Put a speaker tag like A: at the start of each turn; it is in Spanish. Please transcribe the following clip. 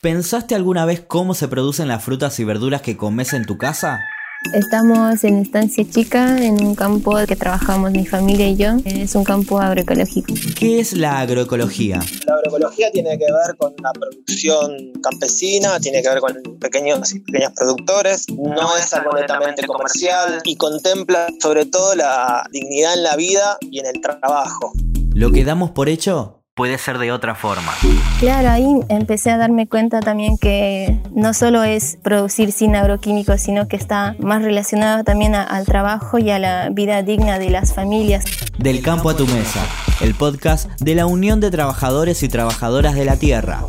A: ¿Pensaste alguna vez cómo se producen las frutas y verduras que comes en tu casa?
B: Estamos en Estancia Chica, en un campo que trabajamos mi familia y yo. Es un campo agroecológico.
A: ¿Qué es la agroecología?
C: La agroecología tiene que ver con la producción campesina, tiene que ver con pequeños y pequeños productores, no es algo netamente comercial y contempla sobre todo la dignidad en la vida y en el trabajo.
A: Lo que damos por hecho puede ser de otra forma.
B: Claro, ahí empecé a darme cuenta también que no solo es producir sin agroquímicos, sino que está más relacionado también a- al trabajo y a la vida digna de las familias.
A: Del campo a tu mesa, el podcast de la Unión de Trabajadores y Trabajadoras de la Tierra.